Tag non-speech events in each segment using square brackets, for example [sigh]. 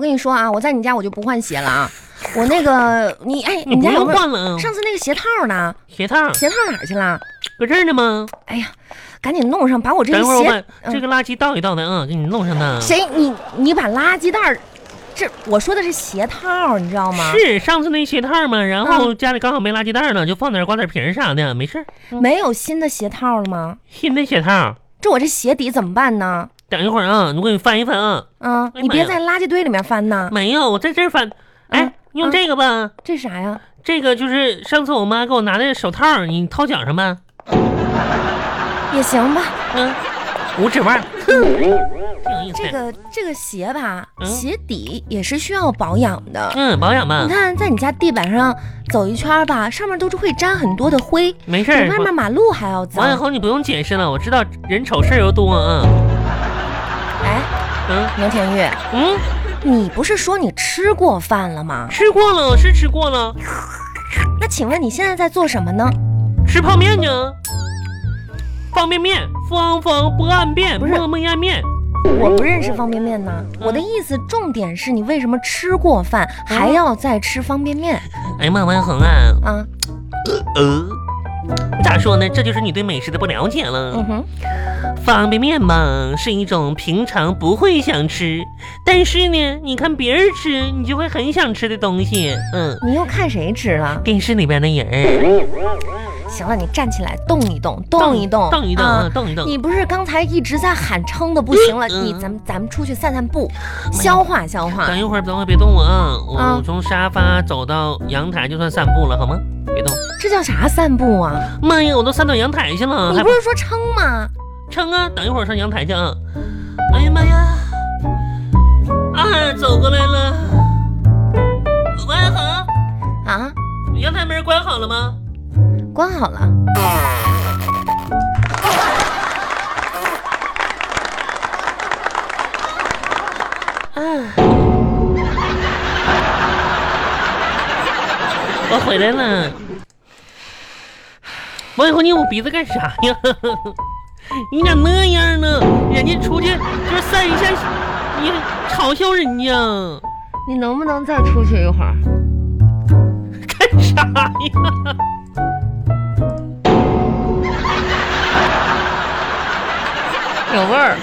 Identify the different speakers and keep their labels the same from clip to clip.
Speaker 1: 跟你说啊，我在你家我就不换鞋了啊。我那个你哎， [laughs] 你家有
Speaker 2: 不
Speaker 1: 没
Speaker 2: 用
Speaker 1: 有
Speaker 2: 换了啊，
Speaker 1: 上次那个鞋套呢？
Speaker 2: 鞋套
Speaker 1: 鞋套哪儿去了？
Speaker 2: 搁这儿呢吗？
Speaker 1: 哎呀，赶紧弄上，把我这
Speaker 2: 等会儿我
Speaker 1: 鞋嗯
Speaker 2: 把这个垃圾倒一倒的啊，给你弄上
Speaker 1: [laughs]
Speaker 2: 它。
Speaker 1: 谁你你把垃圾袋儿，这我说的是鞋套，你知道吗？嗯
Speaker 2: 是上次那鞋套嘛，然后家里刚好没垃圾袋了，就放点瓜子皮儿啥的，没事儿。
Speaker 1: 没有新的鞋套了吗？
Speaker 2: 新的鞋套，
Speaker 1: 这我这鞋底怎么办呢？
Speaker 2: 等一会儿啊，我给你翻一翻啊。
Speaker 1: 啊，
Speaker 2: 哎呀
Speaker 1: 你
Speaker 2: 妈
Speaker 1: 别
Speaker 2: 呀
Speaker 1: 在垃圾堆里面翻呐！
Speaker 2: 没有，我在这儿翻。哎
Speaker 1: 嗯，
Speaker 2: 用这个吧，
Speaker 1: 这是啥呀？
Speaker 2: 这个就是上次我妈给我拿的手套，你套脚上吧。
Speaker 1: 也行吧。
Speaker 2: 嗯，五指
Speaker 1: [laughs]
Speaker 2: 腕儿，挺有意思
Speaker 1: 这
Speaker 2: 的。
Speaker 1: 个这个鞋吧，
Speaker 2: 哎嗯
Speaker 1: 鞋底也是需要保养的。
Speaker 2: 嗯，保养吧
Speaker 1: 你，看，在你家地板上走一圈吧，上面都是会沾很多的灰，
Speaker 2: 没事
Speaker 1: 比外面
Speaker 2: 儿。
Speaker 1: 马路还要
Speaker 2: 王小
Speaker 1: 脏。
Speaker 2: 红，你不用解释了，我知道人丑事儿又多啊。
Speaker 1: 哎，
Speaker 2: 嗯
Speaker 1: 牛天玉，
Speaker 2: 嗯，
Speaker 1: 你不是说你吃过饭了吗？
Speaker 2: 吃过了，是吃过了，
Speaker 1: 那请问你现在在做什么呢？
Speaker 2: 吃泡面呢。方便面，方方不按变，
Speaker 1: 不是
Speaker 2: 么么呀面。
Speaker 1: 我不认识方便面呢。我的
Speaker 2: 嗯
Speaker 1: 意思，重点是你为什么吃过饭还要再吃方便面
Speaker 2: 哎呀妈，王小红啊，
Speaker 1: 啊？
Speaker 2: 呃，咋说呢？这就是你对美食的不了解了。
Speaker 1: 嗯哼，
Speaker 2: 方便面嘛，是一种平常不会想吃，但是呢，你看别人吃，你就会很想吃的东西。嗯，
Speaker 1: 你又看谁吃了？
Speaker 2: 电视里边的人，
Speaker 1: 行了，你站起来动一动，动一动，
Speaker 2: 动一动，
Speaker 1: 啊
Speaker 2: 嗯动一动。
Speaker 1: 你不是刚才一直在喊撑的不行了？
Speaker 2: 嗯
Speaker 1: 你咱们咱们出去散散步，消化消化。
Speaker 2: 等一会儿，等会儿别动我啊！
Speaker 1: 啊
Speaker 2: 我从沙发走到阳台就算散步了，好吗？别动！
Speaker 1: 这叫啥散步啊？
Speaker 2: 妈呀，我都散到阳台去了，
Speaker 1: 你
Speaker 2: 嗯还
Speaker 1: 不是说撑吗？
Speaker 2: 撑啊！等一会儿上阳台去啊！哎呀妈呀！啊，走过来了。王小恒，
Speaker 1: 啊，
Speaker 2: 阳台门关好了吗？
Speaker 1: 关好了。
Speaker 2: 我回来了。王小红，你捂鼻子干啥呀？ [laughs] 你咋那样呢？人家出去就是散一下，你嘲笑人家
Speaker 1: 你能不能再出去一会儿？
Speaker 2: 干啥呀？ [laughs]
Speaker 1: 有味儿。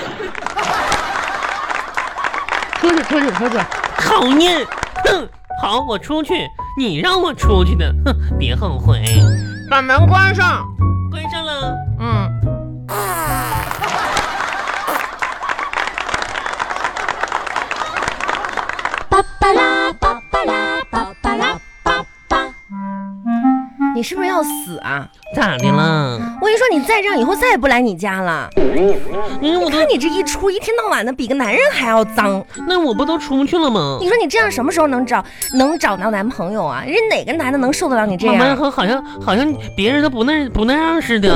Speaker 1: 出去，出去，出去。
Speaker 2: 讨厌！哼，好，我出去，你让我出去的，哼，别后悔。
Speaker 1: 把门关上。
Speaker 2: 关上了，
Speaker 1: 嗯。
Speaker 3: 巴巴拉巴巴拉巴巴拉巴巴。
Speaker 1: 你是不是要死啊？
Speaker 2: 咋的了？
Speaker 1: 我跟你说，你再这样，以后再也不来你家了。
Speaker 2: 嗯，我都
Speaker 1: 看你这一出，一天到晚的比个男人还要脏。
Speaker 2: 那我不都出去了吗
Speaker 1: 你？说你这样什么时候能找能找到男朋友啊？人哪个男的能受得了你这
Speaker 2: 王小
Speaker 1: 样？
Speaker 2: 红好像好像别人都不那不那样似的。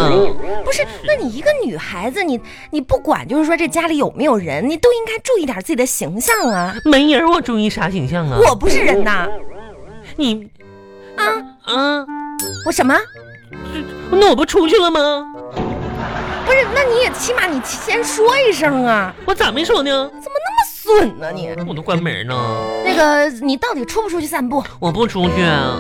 Speaker 1: 不是，那你一个女孩子，你你不管就是说这家里有没有人，你都应该注意点自己的形象啊。
Speaker 2: 没人，我注意啥形象啊？
Speaker 1: 我不是人呐，
Speaker 2: 你
Speaker 1: 啊
Speaker 2: 啊，
Speaker 1: 我什么？
Speaker 2: 那我不出去了吗？
Speaker 1: 不是，那你也起码你先说一声啊，
Speaker 2: 我咋没说呢？
Speaker 1: 损呢、你。
Speaker 2: 我都关门呢，
Speaker 1: 那个，你到底出不出去散步？
Speaker 2: 我不出去。啊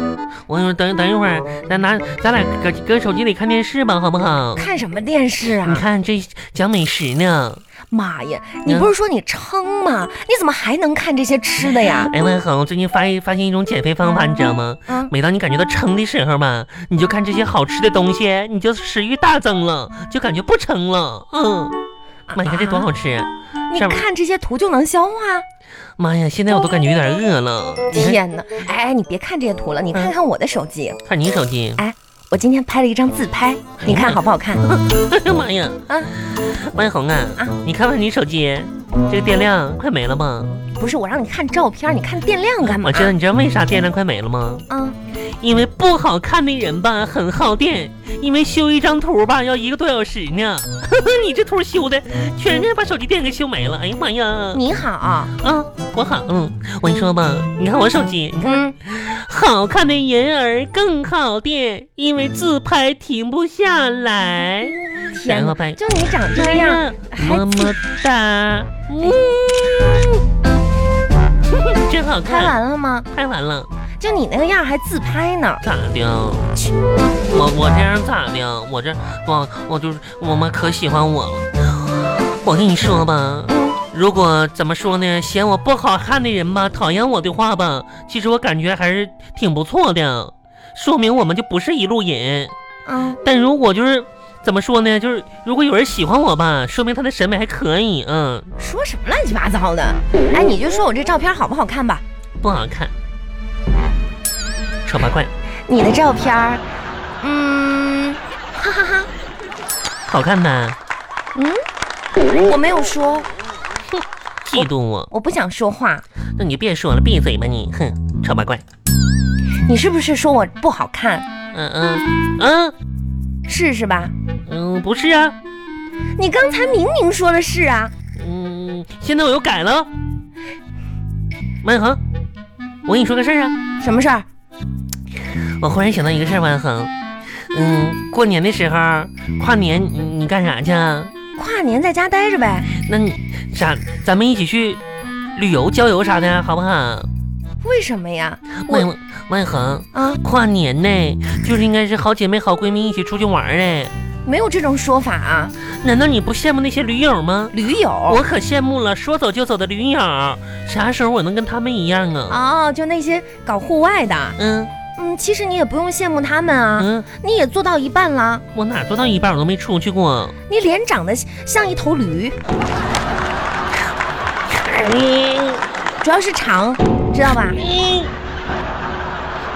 Speaker 2: 我一会儿等等一会儿，咱拿咱俩搁搁手机里看电视吧，好不好？
Speaker 1: 看什么电视
Speaker 2: 你
Speaker 1: 啊？
Speaker 2: 看这讲美食呢，
Speaker 1: 妈呀，你不是说你撑吗？你怎么还能看这些吃的呀？
Speaker 2: 哎，万恒，最近发一发现一种减肥方法，你知道吗？
Speaker 1: 啊，
Speaker 2: 每当你感觉到撑的时候吧，你就看这些好吃的东西，你就食欲大增了，就感觉不撑了。嗯，妈，你看这多好吃！
Speaker 1: 啊你
Speaker 2: 上
Speaker 1: 看这些图就能消化？
Speaker 2: 妈呀，现在我都感觉有点饿了。你看，
Speaker 1: 天哪！哎哎，你别看这些图了，你看看我的手机，
Speaker 2: 看你手机。 [laughs]
Speaker 1: 我今天拍了一张自拍，你看好不好看？
Speaker 2: 哎呀妈呀！
Speaker 1: 啊，
Speaker 2: 万红啊，
Speaker 1: 啊
Speaker 2: 你看看你手机，这个电量快没了吗？
Speaker 1: 不是，我让你看照片，你看电量干嘛
Speaker 2: 我？知道，你知道为啥电量快没了吗？
Speaker 1: 啊，
Speaker 2: 因为不好看的人吧很耗电，因为修一张图吧要一个多小时呢。 [laughs] 你这图修的，全是把手机电给修没了。哎呀妈呀！
Speaker 1: 你好，
Speaker 2: 啊，我好，嗯，我跟你说吧，你看我手机，你看
Speaker 1: 嗯，
Speaker 2: 好看的人儿更耗电，因为自拍停不下来。
Speaker 1: 嗯天
Speaker 2: 然
Speaker 1: 哪
Speaker 2: 后，拍
Speaker 1: 就你长这哎样，还
Speaker 2: 么么哒，嗯。真好
Speaker 1: 拍
Speaker 2: 看，
Speaker 1: 完了吗？
Speaker 2: 拍完了，
Speaker 1: 就你那个样还自拍呢，
Speaker 2: 咋的？我我这样咋的？我这我我就是我妈可喜欢我了。我跟你说吧，
Speaker 1: 嗯，
Speaker 2: 如果怎么说呢，嫌我不好看的人吧，讨厌我的话吧，其实我感觉还是挺不错的，说明我们就不是一路人。
Speaker 1: 嗯，
Speaker 2: 但如果就是怎么说呢，就是如果有人喜欢我吧，说明他的审美还可以，嗯，
Speaker 1: 说什么乱七八糟的？哎，你就说我这照片好不好看吧？
Speaker 2: 不好看，丑八怪，
Speaker 1: 你的照片儿，嗯，哈哈哈，
Speaker 2: 好看呗，
Speaker 1: 嗯我没有说，
Speaker 2: 嫉妒我，
Speaker 1: 我不想说话。
Speaker 2: 那你就别说了，闭嘴吧你，哼，丑八怪，
Speaker 1: 你是不是说我不好看？
Speaker 2: 嗯嗯嗯
Speaker 1: 是是吧？
Speaker 2: 嗯，不是啊，
Speaker 1: 你刚才明明说的是啊，
Speaker 2: 嗯，现在我又改了，万恒，我跟你说个事儿啊。
Speaker 1: 什么事儿？
Speaker 2: 我忽然想到一个事儿，万恒，嗯，过年的时候，跨年你你干啥去？啊？
Speaker 1: 跨年在家待着呗？
Speaker 2: 那你啥，咱们一起去旅游、郊游啥的，好不好？
Speaker 1: 为什么呀？我
Speaker 2: 万万恒，
Speaker 1: 啊，
Speaker 2: 跨年呢，就是应该是好姐妹、好闺蜜一起出去玩儿哎。
Speaker 1: 没有这种说法啊，
Speaker 2: 难道你不羡慕那些驴友吗？
Speaker 1: 驴友。
Speaker 2: 我可羡慕了，说走就走的驴友，啥时候我能跟他们一样啊？
Speaker 1: 哦，就那些搞户外的，
Speaker 2: 嗯
Speaker 1: 嗯，其实你也不用羡慕他们啊，
Speaker 2: 嗯，
Speaker 1: 你也做到一半了，
Speaker 2: 我哪做到一半我都没出去过。
Speaker 1: 你脸长得像一头驴，
Speaker 2: 嗯
Speaker 1: 主要是长，知道吧？
Speaker 2: 嗯，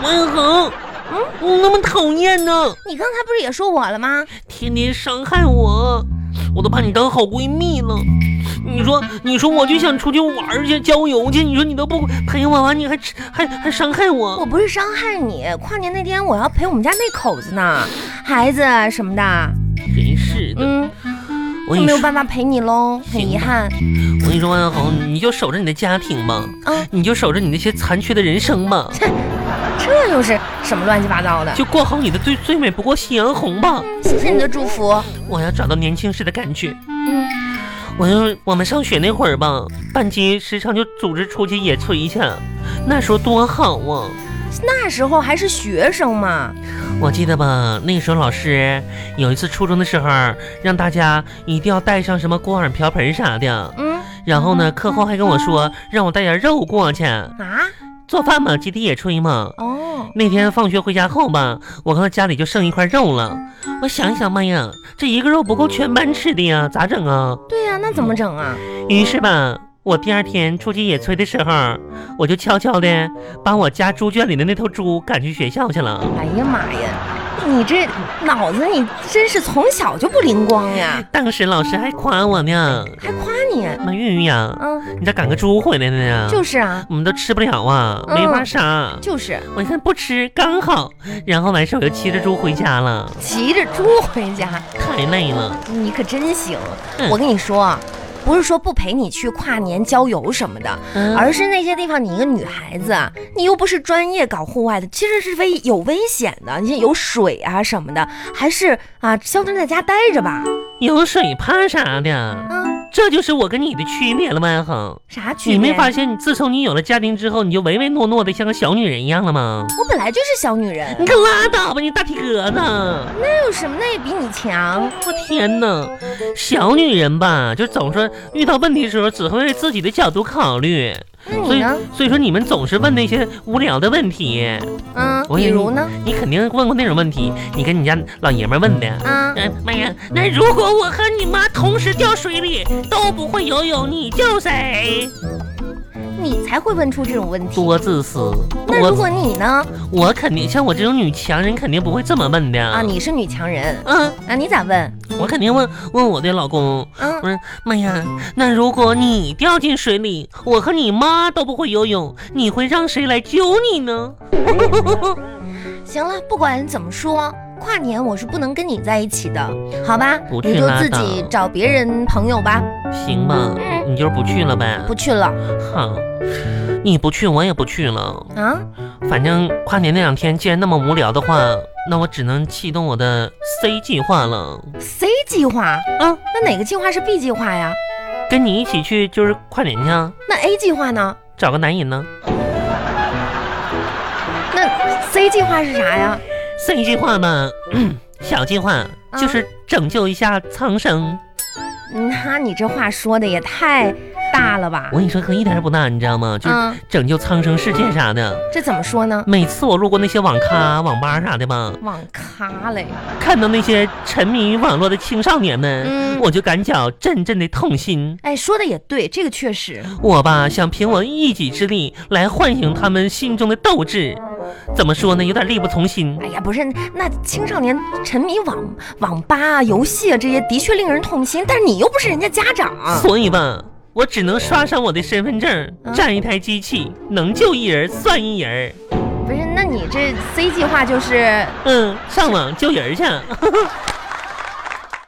Speaker 2: 万恒，嗯，我那么讨厌呢，
Speaker 1: 你刚才不是也说我了吗？
Speaker 2: 天天伤害我，我都把你当好闺蜜了。你说，你说，我就想出去玩儿去，郊游去。你说你都不陪我玩，你还还还伤害
Speaker 1: 我
Speaker 2: 我。
Speaker 1: 不是伤害你，跨年那天我要陪我们家那口子呢，孩子什么的，
Speaker 2: 真是的，
Speaker 1: 嗯，
Speaker 2: 呃我
Speaker 1: 就
Speaker 2: 跟你
Speaker 1: 没有
Speaker 2: 说，
Speaker 1: 办法陪你喽，很遗憾。
Speaker 2: 我跟你说，万红，你就守着你的家庭吧，
Speaker 1: 嗯
Speaker 2: 你就守着你那些残缺的人生吧，
Speaker 1: 这又是什么乱七八糟的？
Speaker 2: 就过好你的最最美不过夕阳红吧。
Speaker 1: 谢谢你的祝福。
Speaker 2: 我要找到年轻时的感觉。
Speaker 1: 嗯，
Speaker 2: 我就我们上学那会儿吧，班级时常就组织出去野炊去，那时候多好啊！
Speaker 1: 那时候还是学生嘛，
Speaker 2: 我记得吧，那时候老师有一次初中的时候，让大家一定要带上什么锅碗瓢盆啥的，
Speaker 1: 嗯
Speaker 2: 然后呢，课后还跟我说让我带点肉过去
Speaker 1: 啊，
Speaker 2: 做饭嘛，集体野炊嘛。
Speaker 1: 哦，
Speaker 2: 那天放学回家后吧，我看到家里就剩一块肉了，我想一想，妈呀，这一个肉不够全班吃的呀，咋整啊？
Speaker 1: 对呀、那怎么整啊？
Speaker 2: 于是吧，我第二天出去野炊的时候，我就悄悄的把我家猪圈里的那头猪赶去学校去了。
Speaker 1: 哎呀妈呀，你这脑子你真是从小就不灵光呀，
Speaker 2: 当时老师还夸我呢
Speaker 1: 还夸你，：“啊
Speaker 2: 妈玉玉呀，
Speaker 1: 嗯，
Speaker 2: 你咋赶个猪回来的呢？
Speaker 1: 就是啊，
Speaker 2: 我们都吃不了啊，
Speaker 1: 嗯
Speaker 2: 没法杀。
Speaker 1: 就是
Speaker 2: 我一看不吃刚好，然后完事儿我就骑着猪回家了，
Speaker 1: 骑着猪回家，
Speaker 2: 太累了。
Speaker 1: 你可真行。
Speaker 2: 嗯
Speaker 1: 我跟你说啊，不是说不陪你去跨年郊游什么的，
Speaker 2: 嗯
Speaker 1: 而是那些地方，你一个女孩子，啊，你又不是专业搞户外的，其实是危有危险的。你像有水啊什么的，还是啊，消停在家待着吧。
Speaker 2: 有水怕啥的？
Speaker 1: 啊，
Speaker 2: 这就是我跟你的区别了，万恒。
Speaker 1: 啥区别？
Speaker 2: 你没发现，你自从你有了家庭之后，你就唯唯诺诺的像个小女人一样了吗？
Speaker 1: 我本来就是小女
Speaker 2: 你
Speaker 1: 人，
Speaker 2: 可拉倒吧，你大体格子！
Speaker 1: 那有什么？那也比你强。
Speaker 2: 我天哪，小女人吧，就总说遇到问题的时候只会为自己的角度考虑，
Speaker 1: 那
Speaker 2: 所
Speaker 1: 你
Speaker 2: 以
Speaker 1: 呢？
Speaker 2: 所以说你们总是问那些无聊的问题。
Speaker 1: 嗯，
Speaker 2: 我
Speaker 1: 比
Speaker 2: 也
Speaker 1: 如呢？
Speaker 2: 你肯定问过那种问题，你跟你家老爷们儿问的。
Speaker 1: 啊，
Speaker 2: 嗯，妈呀！那如果我和你妈同时掉水里，都不会游泳，你救谁？
Speaker 1: 你才会问出这种问题。
Speaker 2: 多自私！
Speaker 1: 那如
Speaker 2: 我
Speaker 1: 果你呢？
Speaker 2: 我肯定像我这种女强人，肯定不会这么问的。
Speaker 1: 啊，你是女强人
Speaker 2: 嗯，
Speaker 1: 啊，你咋问？
Speaker 2: 我肯定问问我的老公，
Speaker 1: 啊
Speaker 2: 不，是，妈呀，那如果你掉进水里，我和你妈都不会游泳，你会让谁来救你呢？
Speaker 1: 行了，不管怎么说，跨年我是不能跟你在一起的，好吧？
Speaker 2: 不去
Speaker 1: 你就
Speaker 2: 拉
Speaker 1: 自
Speaker 2: 倒
Speaker 1: 己找别人朋友吧。
Speaker 2: 行吧，你就是不去了呗？
Speaker 1: 不去了
Speaker 2: 好，你不去我也不去了。
Speaker 1: 啊？
Speaker 2: 反正跨年那两天既然那么无聊的话，那我只能启动我的 C 计划了。
Speaker 1: C 计划？
Speaker 2: 嗯，
Speaker 1: 那哪个计划是 B 计划呀？
Speaker 2: 跟你一起去就是跨年去啊。
Speaker 1: 那 A 计划呢？
Speaker 2: 找个男人呢
Speaker 1: 那 C 计划是啥呀？
Speaker 2: ？C 计划吧，
Speaker 1: 嗯
Speaker 2: [clears throat] 小计划就是拯救一下苍生。
Speaker 1: 那嗯你这话说的也太大了吧
Speaker 2: 我？跟你说，可一点儿也不大，你知道吗？就是
Speaker 1: 嗯，
Speaker 2: 拯救苍生世界啥的。
Speaker 1: 这怎么说呢？
Speaker 2: 每次我路过那些网咖、网吧啥的吧，
Speaker 1: 网咖嘞，
Speaker 2: 看到那些沉迷于网络的青少年们，
Speaker 1: 嗯
Speaker 2: 我就感觉阵阵的痛心。
Speaker 1: 哎，说的也对，这个确实，
Speaker 2: 我吧，想凭我一己之力来唤醒他们心中的斗志。怎么说呢？有点力不从心。
Speaker 1: 哎呀，不是，那青少年沉迷网网吧啊、游戏啊这些，的确令人痛心。但是你又不是人家家长，
Speaker 2: 所以吧，我只能刷上我的身份证，
Speaker 1: 啊
Speaker 2: 占一台机器，能救一人算一人。
Speaker 1: 不是？那你这 C 计划就是
Speaker 2: 嗯，上网救人去。